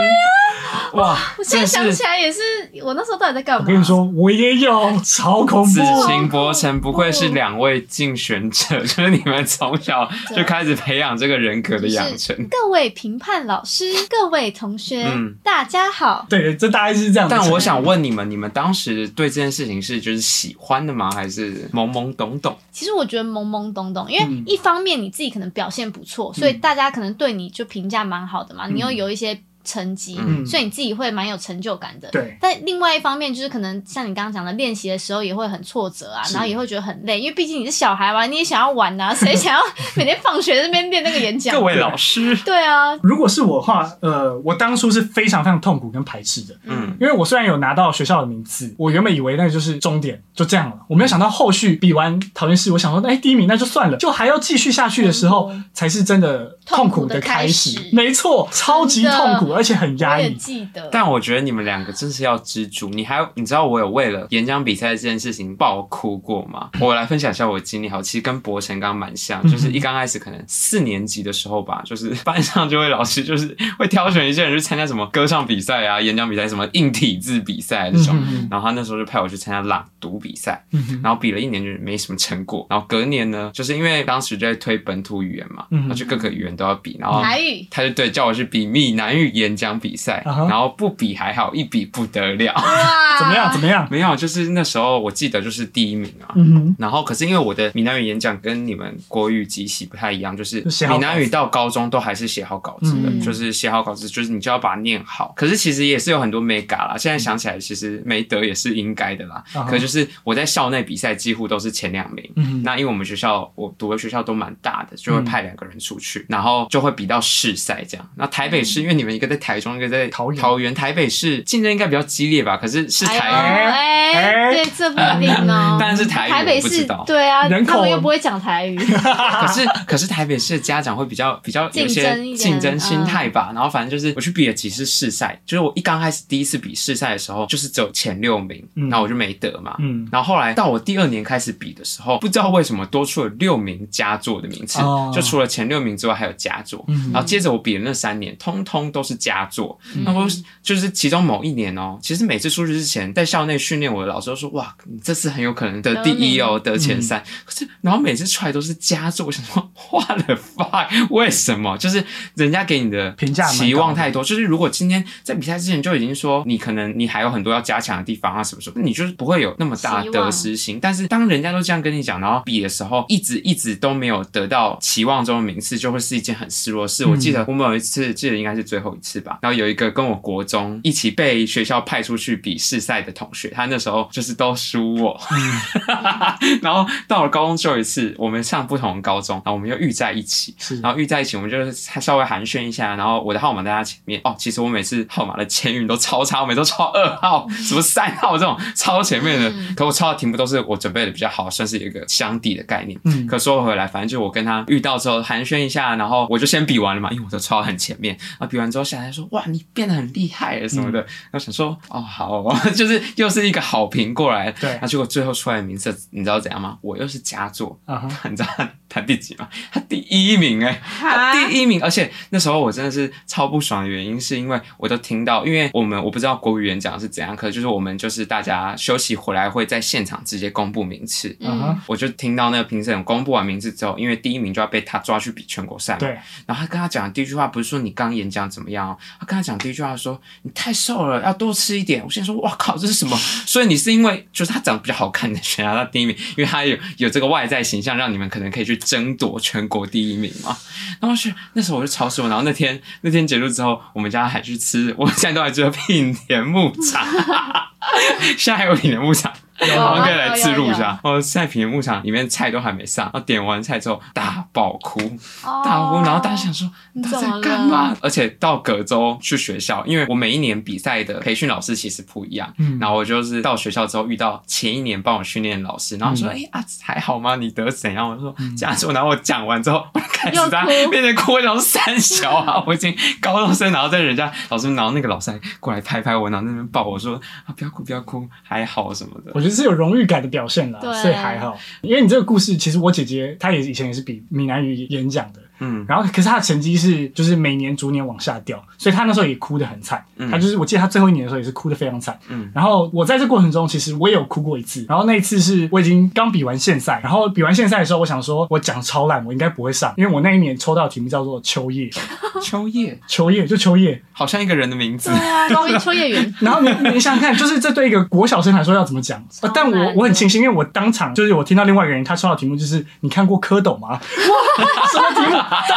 Speaker 2: 哇，
Speaker 3: 我现
Speaker 2: 真
Speaker 3: 在
Speaker 2: 的
Speaker 3: 想
Speaker 2: 是
Speaker 3: 起来也是，我那时候到底在干嘛？
Speaker 1: 我跟你，说，我也有，超恐怖
Speaker 2: 子
Speaker 1: 的。
Speaker 2: 晴、博成不愧是两位竞选者，就是你们从小就开始培养这个人格的养成。
Speaker 3: 各位评判老师，各位同学，
Speaker 2: 嗯
Speaker 3: 大家好。
Speaker 1: 对，这大概是这样的程
Speaker 2: [laughs] 但
Speaker 1: 度。
Speaker 2: 我想问你们，你们当时对这件事情是就是喜欢的吗？还是懵懵懂懂？
Speaker 3: 其实我觉得懵懵懂懂，因
Speaker 1: 嗯
Speaker 3: 为一方面你自己可能表现不错，所以大家可能对你就评价蛮好的嘛，你又有一些成绩，
Speaker 1: 嗯
Speaker 3: 所以你自己会蛮有成就感的。
Speaker 1: 对
Speaker 3: 但另外一方面就是可能像你刚刚讲的，练习的时候也会很挫折啊，
Speaker 1: 是
Speaker 3: 然后也会觉得很累，因为毕竟你是小孩嘛，你也想要玩啊，谁想要 [laughs] 每天放学在那边练那个演讲？啊
Speaker 2: 各位老师，
Speaker 3: 对啊，
Speaker 1: 如果是我的话，呃，我当初是非常非常痛苦跟排斥的，
Speaker 2: 嗯，
Speaker 1: 因为我虽然有拿到学校的名次，我原本以为那就是终点，就这样了。我没有想到后续比完桃园市，我想说，哎，第一名那就算了，就还要继续下去的时候，才是真的痛苦的开始。
Speaker 3: 痛苦的开始
Speaker 1: 没错，超级痛
Speaker 3: 真
Speaker 1: 苦，
Speaker 3: 的
Speaker 1: 而且很
Speaker 3: 我
Speaker 1: 压
Speaker 3: 也
Speaker 1: 抑。
Speaker 3: 记得。
Speaker 2: 但我觉得你们两个真是要知足。你还有你知道我有为了演讲比赛这件事情爆哭过吗？我来分享一下我的经历，好，其实跟博成刚刚蛮
Speaker 1: 嗯
Speaker 2: 像，就是一刚开始可能四年级的时候吧，就是班上就会老师就是会挑选一些人去参加什么歌唱比赛啊、演讲比赛、什么硬体字比赛这种。
Speaker 1: 嗯哼
Speaker 2: 然后他那时候就派我去参加朗读比赛，
Speaker 1: 嗯哼，
Speaker 2: 然后比了一年就没什么成果，然后隔年呢，就是因为当时就在推本土语言嘛，
Speaker 1: 嗯
Speaker 2: 然后就各个语言都要比，然后
Speaker 3: 台语
Speaker 2: 他就对叫我去比闽南语演讲比赛，
Speaker 1: 啊哈
Speaker 2: 然后不比还好，一比不得了， [laughs]
Speaker 3: 哇，
Speaker 1: 怎么样？怎么样？
Speaker 2: 没有，就是那时候我记得就是第一名啊。
Speaker 1: 嗯哼，
Speaker 2: 然后，可是因为我的闽南语演讲跟你们国语即席不太一样，就是
Speaker 1: 就写好稿
Speaker 2: 闽
Speaker 1: 子
Speaker 2: 南语到高中都还是写好稿子的，
Speaker 3: 嗯
Speaker 2: 就是写好稿子，就是你就要把它念好。可是其实也是有很多没嘎啦，现在想起来其实没得也是应该的啦。
Speaker 1: 啊哈
Speaker 2: 可就是我在校内比赛几乎都是前两名。
Speaker 1: 嗯哼，
Speaker 2: 那因为我们学校，我读的学校都蛮大的，
Speaker 1: 嗯
Speaker 2: 就会派两个人出去，然后就会比到市赛这样。那台北市，因为你们一个在台中，一个在
Speaker 1: 嗯桃园
Speaker 2: 桃园台北市竞争应该比较激烈吧？可是是台
Speaker 1: 哎
Speaker 3: 哎呦哎、
Speaker 1: 哎
Speaker 3: 对，这不一定哦。
Speaker 2: [laughs] 但是台语
Speaker 3: 台北
Speaker 2: 我不
Speaker 3: 市
Speaker 2: 知道
Speaker 3: 对啊，
Speaker 1: 人口
Speaker 3: 他们又不会讲
Speaker 1: [laughs]
Speaker 3: 台语，
Speaker 2: 可是可是台北市的家长会比较比较有一
Speaker 3: 竞争
Speaker 2: 些
Speaker 3: 一点嗯
Speaker 2: 竞争心态吧，然后反正就是我去比了几次试赛，就是我一刚开始第一次比试赛的时候，就是只有前六名，
Speaker 1: 嗯
Speaker 2: 然后我就没得嘛。
Speaker 1: 嗯
Speaker 2: 然后后来到我第二年开始比的时候，不知道为什么多出了六名佳作的名次，
Speaker 1: 哦
Speaker 2: 就除了前六名之外还有佳作。
Speaker 1: 嗯
Speaker 2: 然后接着我比的那三年，通通都是佳作。
Speaker 3: 嗯
Speaker 2: 那我就是其中某一年哦，其实每次出去之前，在校内训练我的老师都说：“哇，你这次很有可能得第一哦，
Speaker 1: 嗯
Speaker 2: 得前三。可是然后每次出来都是佳作，我想说 [laughs] 哇了 fuck，为什么？就是人家给你的
Speaker 1: 评价蛮高的
Speaker 2: 期望太多。就是如果今天在比赛之前就已经说你可能你还有很多要加强的地方啊什么什么，你就是不会有那么大
Speaker 3: 期
Speaker 2: 的
Speaker 3: 望
Speaker 2: 得失心。但是当人家都这样跟你讲，然后比的时候，一直一直都没有得到期望中的名次，就会是一件很失落的事。
Speaker 1: 嗯
Speaker 2: 我记得我们有一次，记得应该是最后一次吧，然后有一个跟我国中一起被学校派出去比试赛的同学，他那时候就是都输我， [laughs] 然后到了高中就有一次，我们上不同的高中，然后我们又遇在一起，
Speaker 1: 是
Speaker 2: 然后遇在一起，我们就是稍微寒暄一下，然后我的号码在他前面。哦，其实我每次号码的前运都超差，我每次都超二号、什么三号这种超前面的，
Speaker 3: 嗯
Speaker 2: 可我抄的题目都是我准备的比较好，算是一个相抵的概念。
Speaker 1: 嗯，
Speaker 2: 可说回来，反正就我跟他遇到之后寒暄一下，然后我就先比完了嘛，因为我都抄得很前面。啊，比完之后下来说，哇，你变得很厉害了什么的。然后想说，哦，好 [laughs] 哦，就是又是一个好评过来。啊
Speaker 1: 对
Speaker 2: 那结果最后出来的名次，你知道怎样吗？我又是佳作，
Speaker 1: 啊哈，
Speaker 2: 你知道他他第几吗？他第一名哎、
Speaker 3: 哈
Speaker 2: 第一名，而且那时候我真的是超不爽的原因，是因为我都听到，因为我们我不知道国语演讲是怎样，可是就是我们就是大家休息回来会在现场直接公布名次。
Speaker 1: 啊
Speaker 3: 嗯
Speaker 1: 哈，
Speaker 2: 我就听到那个评审公布完名字之后，因为第一名就要被他抓去比全国赛嘛，
Speaker 1: 对，
Speaker 2: 然后他跟他讲的第一句话不是说你刚演讲怎么样哦，他跟他讲第一句话说你太瘦了，要多吃一点。我现在说哇靠，这是什
Speaker 3: [laughs]
Speaker 2: 么？所以你是因为就是他长得比较好看，你才选他到第一名，因为他有有这个外在形象，让你们可能可以去争夺全国第一名嘛。然后是那时候我就超失望。然后那天那天结束之后，我们家还去吃，我现在都还记得聘田牧场， [laughs] 现在还有品田牧场。
Speaker 3: 有
Speaker 2: 然后可以来自录一。
Speaker 3: 哦有有有
Speaker 2: 下。哦，在品田牧场里面菜都还没上，然后点完菜之后大爆哭，
Speaker 3: 哦
Speaker 2: 大哭，然后大家想说
Speaker 3: 你
Speaker 2: 他在
Speaker 3: 怎么
Speaker 2: 干嘛
Speaker 3: 了？
Speaker 2: 而且到隔周去学校，因为我每一年比赛的培训老师其实不一样。
Speaker 1: 嗯
Speaker 2: 然后我就是到学校之后遇到前一年帮我训练的老师，然后说：“哎、啊，还好吗？你得怎样？”我说：“这样说。”然后我讲完之后，我开始
Speaker 3: 又
Speaker 2: 在
Speaker 3: 哭
Speaker 2: 变成哭，我想说三小啊，我已经高中生，然后在人家老师，然后那个老师还过来拍拍我，然后在那边抱我说：“啊，不要哭，不要哭，还好什么的。”
Speaker 1: 我觉得是有荣誉感的表现啦，
Speaker 3: 对
Speaker 1: 所以还好。因为你这个故事，其实我姐姐她也以前也是比闽南语演讲的，
Speaker 2: 嗯
Speaker 1: 然后可是她的成绩是就是每年逐年往下掉，所以她那时候也哭得很惨。
Speaker 2: 嗯
Speaker 1: 她就是我记得她最后一年的时候也是哭得非常惨。
Speaker 2: 嗯
Speaker 1: 然后我在这过程中，其实我也有哭过一次。然后那一次是我已经刚比完县赛，然后比完县赛的时候，我想说我讲超烂，我应该不会上，因为我那一年抽到的题目叫做秋叶，
Speaker 2: 秋叶
Speaker 1: 秋叶就秋叶，
Speaker 2: 好像一个人的名字
Speaker 3: 对。啊，高一秋
Speaker 2: [laughs]
Speaker 3: 叶原 [laughs]
Speaker 1: 然后你你想想看，就是这对一个国小生来说要怎么讲？
Speaker 3: 超
Speaker 1: 呃但
Speaker 3: 难
Speaker 1: 我
Speaker 3: 的
Speaker 1: 我很庆幸，因为我当场就是我听到另外一个人他抽到的题目就是你看过蝌蚪吗？什么题目？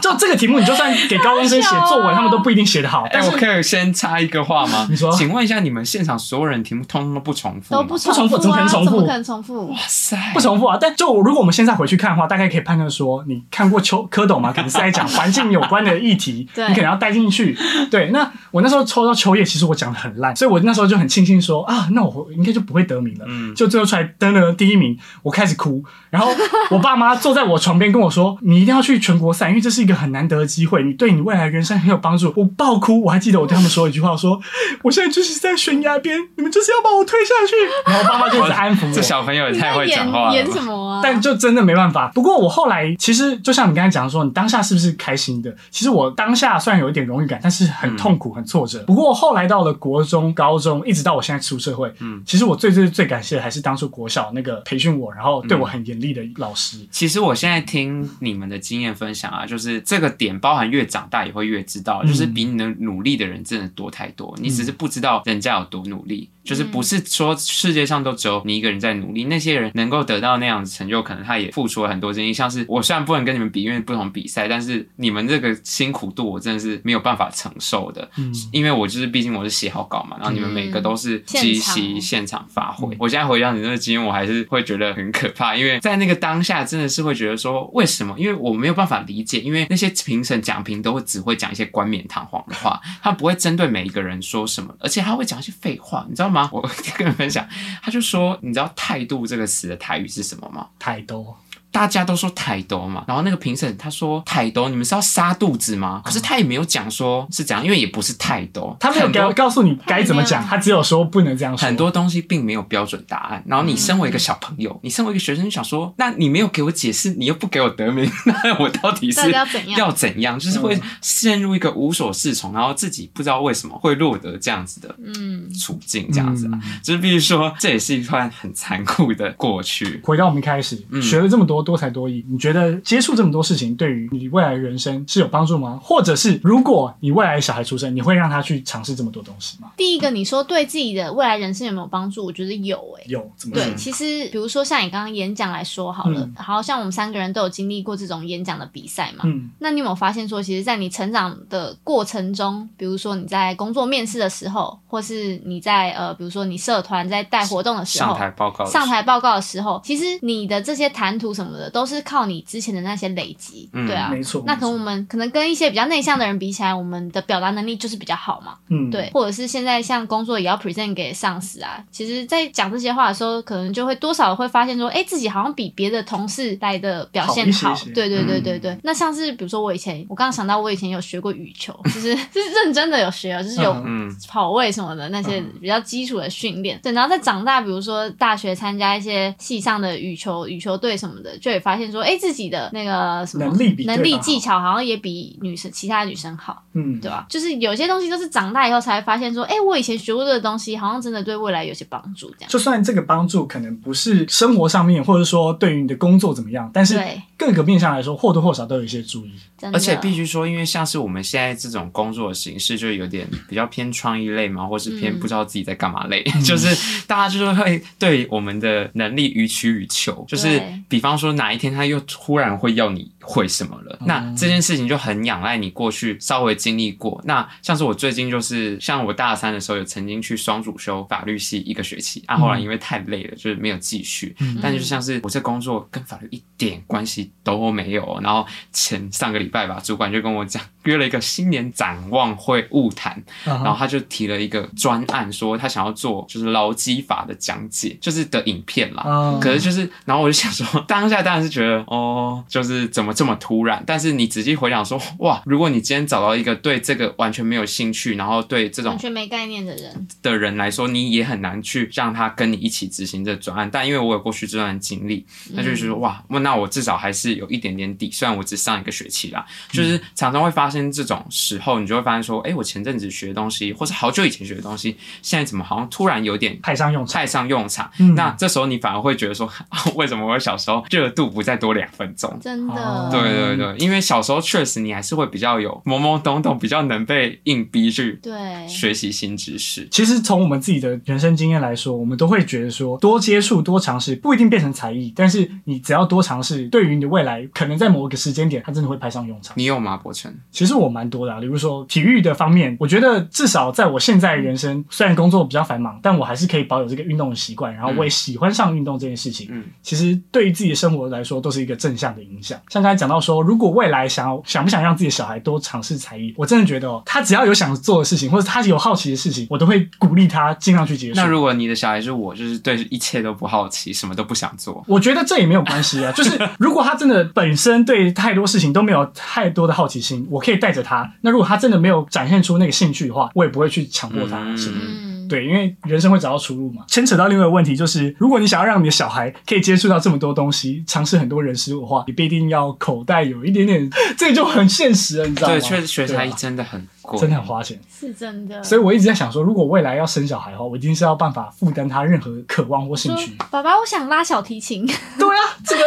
Speaker 1: 就这个题目，你就算给高中生写作文，他们都不一定写得好。
Speaker 2: 哎、
Speaker 1: 但
Speaker 2: 我
Speaker 1: 是
Speaker 2: 可以先插一个话吗？
Speaker 1: [laughs] 你说
Speaker 2: 请问一下，你们现场所有人题目通通都不重复吗
Speaker 3: 都不
Speaker 1: 重复
Speaker 3: 复啊，
Speaker 1: 怎么可能重复
Speaker 3: 怎么可能重复？
Speaker 2: 哇塞，
Speaker 1: [laughs] 不重复啊，但就如果我们现在回去看的话，大概可以判断说，你看过秋蝌蚪吗？可能是在讲环境有关的议题，
Speaker 3: 对
Speaker 1: 你可能要带进去。对，那我那时候抽到秋叶，其实我讲的很烂，所以我那时候就很庆幸说啊，那我应该就不会得名了。
Speaker 2: 嗯
Speaker 1: 就最后出来登了第一名，我开始哭，然后我爸妈坐在我床边跟我说，你一定要去全国赛，因为这是一个很难得的机会，你对你未来人生很有帮助。我爆哭，我还记得我对他们说一句话，我说我现在就是在悬崖边，你们就是要把我推下去。然后我爸妈就一直安抚我。
Speaker 2: [laughs] 这小朋友也
Speaker 3: 你
Speaker 2: 太
Speaker 3: 在
Speaker 2: 会讲话
Speaker 3: 演
Speaker 2: 了
Speaker 3: 演
Speaker 2: 吧。
Speaker 3: 什么啊？
Speaker 1: 但就真的没办法。不过我后来其实就像你刚才讲说，你当下是不是开心的？其实我当下虽然有一点荣誉感，但是很痛
Speaker 2: 嗯
Speaker 1: 苦、很挫折。不过后来到了国中、高中，一直到我现在出社会，
Speaker 2: 嗯
Speaker 1: 其实我最最最感谢的还是当初国小那个培训我，然后对我
Speaker 2: 嗯
Speaker 1: 很严厉的老师。
Speaker 2: 其实我现在听你们的经验分享啊，就是这个点，包含越长大也会越知道，
Speaker 1: 嗯
Speaker 2: 就是比你能努力的人真的多太多，你只是不知道人家有多努力，就是不是说世界上都只有你一个人在努力，那些人能够得到那样的成就，可能他也付出了很多精力。像是我虽然不能跟你们比，因为不同比赛，但是你们这个辛苦度，我真的是没有办法承受的。
Speaker 1: 嗯，
Speaker 2: 因为我就是毕竟我是写好稿嘛，然后你们每个都是即席
Speaker 3: 嗯
Speaker 2: 现场发挥。我现在回想你那个经验，我还是会觉得很可怕，因为在那个当下真的是会觉得说为什么？因为我没有办法理解，因为那些评审讲评都会只会讲一些冠冕堂皇的话，他不会针对每一个人说什么，而且他会讲一些废话，你知道 [laughs] 吗？我跟你们分享，他就说，你知道态度这个词的台语是什么吗？
Speaker 1: 太多
Speaker 2: 大家都说台斗嘛，然后那个评审他说台斗，你们是要杀肚子吗？可是他也没有讲说是怎样，因为也不是台斗，
Speaker 1: 他没有
Speaker 2: 很
Speaker 1: 告
Speaker 2: 多
Speaker 1: 告诉你该怎么讲，
Speaker 3: 他没有
Speaker 1: 他只有说不能这
Speaker 3: 哦
Speaker 1: 样说。
Speaker 2: 很多东西并没有标准答案。然后你身为一个小朋
Speaker 3: 嗯
Speaker 2: 友，你身为一个学生，就想说，那你没有给我解释，你又不给我得名， [laughs] 那我到底是
Speaker 3: 到底要怎样嗯
Speaker 2: 要怎样？就是会陷入一个无所适从，然后自己不知道为什么会落得这样子的
Speaker 3: 嗯，
Speaker 2: 处境，这样子啊，就是必须说，这也是一段很残酷的过去。
Speaker 1: 回到我们一开始，
Speaker 2: 嗯
Speaker 1: 学了这么多多才多艺，你觉得接触这么多事情对于你未来的人生是有帮助吗？或者是如果你未来的小孩出生，你会让他去尝试这么多东西吗？
Speaker 3: 第一个你说对自己的未来人生有没有帮助？我觉得有哎诶、
Speaker 1: 有，怎么说
Speaker 3: 对，
Speaker 2: 嗯
Speaker 3: 其实比如说像你刚刚演讲来说好了
Speaker 1: 嗯，
Speaker 3: 好像我们三个人都有经历过这种演讲的比赛嘛。
Speaker 1: 嗯
Speaker 3: 那你有没有发现说，其实，在你成长的过程中，比如说你在工作面试的时候，或是你在呃，比如说你社团在带活动的时候，
Speaker 2: 上台报告的时候，
Speaker 3: 上台报告的时候，其实你的这些谈吐什么的，都是靠你之前的那些累积，
Speaker 2: 嗯
Speaker 3: 对啊。
Speaker 1: 没错。
Speaker 3: 那可能我
Speaker 1: 没错
Speaker 3: 们可能跟一些比较内向的人比起来，我们的表达能力就是比较好嘛，
Speaker 1: 嗯，
Speaker 3: 对，或者是现在像工作也要 present 给上司啊，其实，在讲这些话的时候，可能就会多少会发现说，哎、自己好像比别的同事来的表现好，
Speaker 1: 好一些些
Speaker 3: 对对对
Speaker 2: 嗯
Speaker 3: 对对。那像是比如说我以前，我刚刚想到我以前有学过羽球，就是是认真的有学哦，就是有
Speaker 1: 嗯
Speaker 2: 嗯，
Speaker 3: 跑位什么的那些比较基础的训练，对，然后再长大，比如说大学参加一些系上的羽球羽球队什么的，就也发现说，哎，自己的那个什么
Speaker 1: 能力比对
Speaker 3: 能力
Speaker 1: 方好
Speaker 3: 技巧好像也比女生其他女生好，
Speaker 1: 嗯，
Speaker 3: 对吧？啊就是有些东西都是长大以后才会发现说，哎，我以前学过这个东西，好像真的对未来有些帮助，这样。
Speaker 1: 就算这个帮助可能不是生活上面，或者说对于你的工作怎么样，但是
Speaker 3: 对
Speaker 1: 各个面向来说，或多或少都有一些注意。
Speaker 3: 真的
Speaker 2: 而且必须说，因为像是我们现在这种工作的形式，就有点比较偏创意类嘛，或是偏
Speaker 3: 嗯
Speaker 2: 不知道自己在干嘛
Speaker 3: [laughs]
Speaker 2: 类，就是大家就是会对我们的能力予取予求，就是
Speaker 3: 对
Speaker 2: 比方说哪一天他又突然会要你会什么了，那这件事情就很仰赖你过去稍微经历过。那像是我最近就是像我大三的时候，有曾经去双主修法律系一个学期，啊，后来因为太累了，就是没有继续。
Speaker 1: 嗯
Speaker 2: 但就像是我这工作跟法律一点关系都没有。哦然后前上个礼拜吧，主管就跟我讲，约了一个新年展望会晤谈，
Speaker 1: 然
Speaker 2: 然后他就提了一个专案，说他想要做就是劳基法的讲解，就是的影片啦。
Speaker 1: 啊，
Speaker 2: 可是就是，然后我就想说， [laughs] 当下当然是觉得，哦，就是怎么这么突然？但是你仔细回想说，哇，如果你今天找到一个对这个完全没有兴趣，然后对这种
Speaker 3: 完全没概念的人，
Speaker 2: 的人来说，你也很难去让他跟你一起执行这个专案。但因为我有过去这段经历，那就是
Speaker 3: 嗯
Speaker 2: 说，哇，那我至少还是有一点点底。虽然我只上一个学期啦，就是常常会发生这种时候，你就会发现说，哎、我前阵子学的东西，或是好久以前学的东西，现在怎么好像突然有点
Speaker 1: 派上用场。
Speaker 2: 派上用场？
Speaker 1: 嗯
Speaker 2: 哎那这时候你反而会觉得说， [laughs] 啊为什么我小时候热度不再多两分钟？
Speaker 3: 真
Speaker 1: 哦
Speaker 3: 的，
Speaker 2: 对对对，因为小时候确实你还是会比较有懵懵懂懂，比较能被硬逼去
Speaker 3: 对
Speaker 2: 学习新知识。
Speaker 1: 其实从我们自己的人生经验来说，我们都会觉得说，多接触、多尝试不一定变成才艺，但是你只要多尝试，对于你的未来，可能在某个时间点，它真的会派上用场。
Speaker 2: 你有吗，伯承？
Speaker 1: 其实我蛮多的、啊，比如说体育的方面，我觉得至少在我现在人生，虽然工作比较繁忙，但我还是可以保有这个运动的习惯，然后我也喜欢上运动这件事情。
Speaker 2: 嗯，
Speaker 1: 其实对于自己的生活来说，都是一个正向的影响。像刚才讲到说，如果未来想要想不想让自己的小孩多尝试才艺，我真的觉得哦，他只要有想做的事情，或者他有好奇的事情，我都会鼓励他尽量去接触
Speaker 2: 那。如果你的小孩是我，就是对一切都不好奇，什么都不想做，
Speaker 1: 我觉得这也没有关系啊， [laughs] 就是如果他真的本身对太多事情都没有太多的好奇心，我可以带着他。那如果他真的没有展现出那个兴趣的话，我也不会去强迫他什么的。
Speaker 3: 嗯，
Speaker 1: 对，因为人生会找到出路嘛。牵扯到另外一个问题，就是如果你想要让你的小孩可以接触到这么多东西，尝试很多人事物的话，你必定要口袋有一点点， [laughs] 这就很现实了，你知道吗？
Speaker 2: 对，确实学才
Speaker 1: 对
Speaker 2: 艺
Speaker 1: 啊
Speaker 2: 真的很贵，
Speaker 1: 真的很花钱。
Speaker 3: 是真的。
Speaker 1: 所以我一直在想说，如果未来要生小孩的话，我一定是要办法负担他任何渴望或兴
Speaker 3: 说
Speaker 1: 趣。
Speaker 3: 爸爸，我想拉小提琴，
Speaker 1: 对啊，这个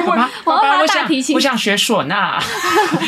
Speaker 1: 如果
Speaker 2: 爸爸。
Speaker 3: 我要
Speaker 2: 爸爸，
Speaker 3: 拉
Speaker 2: 我
Speaker 3: 大
Speaker 2: 想
Speaker 3: 提琴
Speaker 2: 我想学唢
Speaker 3: [laughs]
Speaker 2: 呐，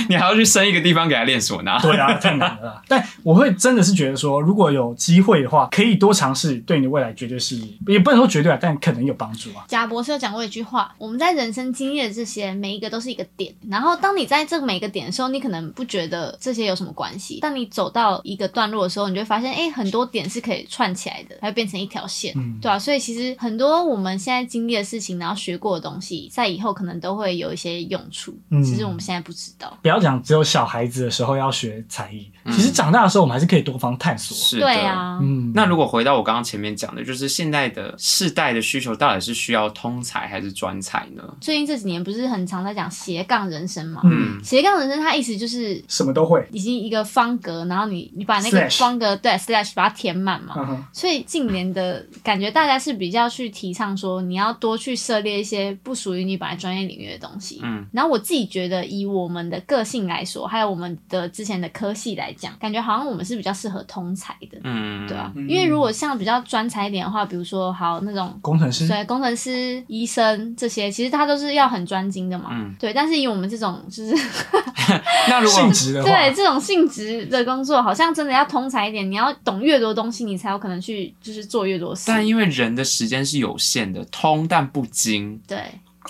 Speaker 2: 你还要去生一个地方给他练唢呐。
Speaker 1: [laughs] 对啊，太难 [laughs] 了。但我会真的是觉得说，如果有机会的话，可以多尝试，对你的未来绝对是也不能说绝对啊，但可能有帮助啊。
Speaker 3: 贾博士有讲过一句话：我们在人生经历的这些，每一个都是一个点。然后，当你在这每一个点的时候，你可能不觉得这些有什么关系，但当你走到一个段落的时候，你就会发现，哎、很多点是可以串起来的，它会变成一条线，
Speaker 1: 嗯
Speaker 3: 对啊，所以其实很多我们现在经历的事情，然后学过的东西，在以后可能都会有一些用处，
Speaker 1: 嗯
Speaker 3: 只是我们现在不知道。
Speaker 1: 不要讲只有小孩子的时候要学才艺，
Speaker 2: 嗯
Speaker 1: 其实长大的时候我们还是可以多方探索。
Speaker 2: 是的，
Speaker 3: 对啊，
Speaker 1: 嗯，
Speaker 2: 那如果回到我刚刚前面讲的，就是现在的世代的需求到底是需要通才还是专才呢？
Speaker 3: 最近这几年不是很常在讲斜杠人生嘛？
Speaker 1: 嗯
Speaker 2: 嗯，
Speaker 3: 斜杠人生，它意思就是
Speaker 1: 什么都会。
Speaker 3: 已经一个方格，然后你你把那个
Speaker 1: Slash
Speaker 3: 方格对 slash 把它填满
Speaker 2: 啊
Speaker 3: 嘛。
Speaker 1: 嗯哼
Speaker 3: 所以近年的感觉，大家是比较去提倡说，你要多去涉猎一些不属于你本来专业领域的东西。
Speaker 2: 嗯，
Speaker 3: 然后我自己觉得，以我们的个性来说，还有我们的之前的科系来讲，感觉好像我们是比较适合通才的，
Speaker 2: 嗯，
Speaker 3: 对啊。
Speaker 1: 嗯
Speaker 3: 因为如果像比较专才一点的话，比如说好那种呃
Speaker 1: 工程师，
Speaker 3: 对，工程师、医生这些，其实他都是要很专精的嘛。
Speaker 2: 嗯
Speaker 3: 对，但是以我们这种就是
Speaker 2: 那如果
Speaker 1: 性质的话，
Speaker 3: 对这种性质的工作，好像真的要通才一点，你要懂越多东西，你才有可能去就是做越多事。
Speaker 2: 但因为人的时间是有限的，通但不精，
Speaker 3: 对，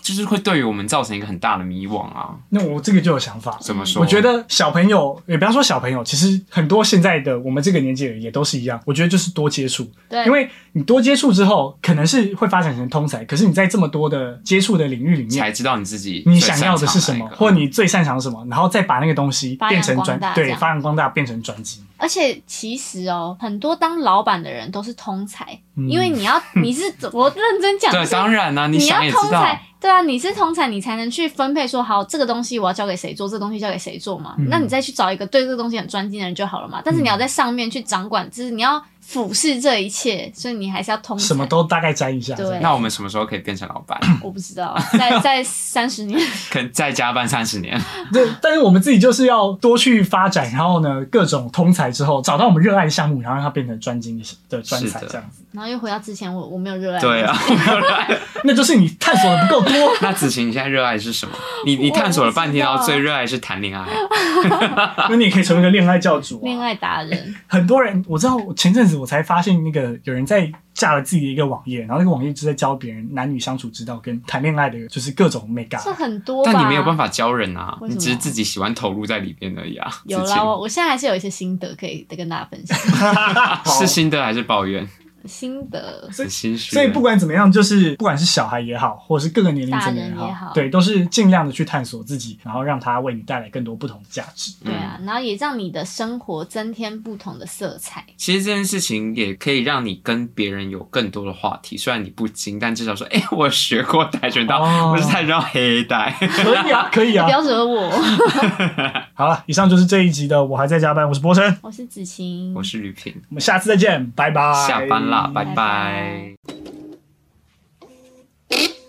Speaker 2: 就是会对于我们造成一个很大的迷惘啊。
Speaker 1: 那我这个就有想法。
Speaker 2: 怎么说？
Speaker 1: 我觉得小朋友也不要说小朋友，其实很多现在的我们这个年纪的人也都是一样。我觉得就是多接触，
Speaker 3: 对，
Speaker 1: 因为你多接触之后，可能是会发展成通才，可是你在这么多的接触的领域里面。
Speaker 2: 才知道你自己
Speaker 1: 你
Speaker 2: 最
Speaker 1: 想
Speaker 2: 擅
Speaker 1: 要的是
Speaker 2: 长
Speaker 1: 什
Speaker 2: 哪一
Speaker 1: 么，
Speaker 2: 个
Speaker 1: 或你最擅长什么，然后再把那个东西
Speaker 3: 发扬
Speaker 1: 变成
Speaker 3: 光
Speaker 1: 专
Speaker 3: 大这
Speaker 1: 对
Speaker 3: 样
Speaker 1: 发扬光大，变成专辑。
Speaker 3: 而且其实哦，很多当老板的人都是通才，
Speaker 1: 嗯
Speaker 3: 因为你
Speaker 2: [laughs]
Speaker 3: 要你是我认真讲，
Speaker 2: 对，当然啊啦、你
Speaker 3: 你要
Speaker 2: 想也
Speaker 3: 通
Speaker 2: 知道
Speaker 3: 才，，对啊，你是通才，你才能去分配说，好，这个东西我要交给谁做，这个东西交给谁做嘛。
Speaker 1: 嗯
Speaker 3: 那你再去找一个对这个东西很专精的人就好了嘛。但是
Speaker 2: 嗯
Speaker 3: 你要在上面去掌管，就是你要俯视这一切，所以你还是要通才。
Speaker 1: 什么都大概沾一下。
Speaker 3: 对
Speaker 1: 这样
Speaker 2: 那我们什么时候可以变成老
Speaker 3: [laughs]
Speaker 2: 板？
Speaker 3: 我不知道，啊在在三十年，
Speaker 2: 可能再加班三十年。
Speaker 1: 对，但是我们自己就是要多去发展，然后呢，各种通才之后，找到我们热爱的项目，然后让它变成专精的的专才
Speaker 2: 是的
Speaker 1: 这样子。
Speaker 3: 然后又回到之前我我没有热爱。
Speaker 2: 对啊，， [laughs]
Speaker 1: 那就是你探索的不够多。
Speaker 2: 那子晴，你现在热爱的是什么？你你探索了半天，
Speaker 3: 我
Speaker 2: 然
Speaker 3: 不
Speaker 2: 后
Speaker 3: 知道
Speaker 2: 最热爱是谈恋爱。
Speaker 1: 那你也可以成为一个恋爱教主、啊。
Speaker 3: 恋爱
Speaker 2: [laughs]
Speaker 3: 达人，
Speaker 1: 很多人我知道，我前阵子我才发现，那个有人在架了自己的一个网页，然后那个网页就在教别人男女相处之道跟谈恋爱的，就是各种 make
Speaker 3: 这
Speaker 1: up。
Speaker 3: 很多吧。
Speaker 2: 但你没有办法教人啊，
Speaker 3: 为
Speaker 2: 你
Speaker 3: 什么
Speaker 2: 只是自己喜欢投入在里边而已啊。
Speaker 3: 有
Speaker 2: 子
Speaker 3: 啦，
Speaker 2: 晴
Speaker 3: 我我现在还是有一些心得可以再跟大家分享。
Speaker 2: [laughs] 是心得还是抱怨？
Speaker 3: 心得，
Speaker 1: 所以
Speaker 2: 很心虚。
Speaker 1: 所以不管怎么样，就是不管是小孩也好，或者是各个年龄层的人
Speaker 3: 大人也好
Speaker 1: 对，都是尽量的去探索自己，然后让它为你带来更多不同的价
Speaker 3: [laughs]
Speaker 1: 值。
Speaker 3: 对啊，然后也让你的生活增添不同的色彩。
Speaker 2: 其实这件事情也可以让你跟别人有更多的话题，虽然你不精，但至少说，哎、我学过跆拳道，
Speaker 1: 哦
Speaker 2: 我是跆拳道黑带。
Speaker 1: 可以啊，可以啊
Speaker 3: 不。要惹我， [laughs]
Speaker 1: 好了，以上就是这一集的，我还在加班，我是波生，
Speaker 3: 我是子晴，
Speaker 2: 我是吕平，
Speaker 1: 我们下次再见，拜拜。
Speaker 2: 下班啦，拜
Speaker 3: 拜
Speaker 2: 拜
Speaker 3: 拜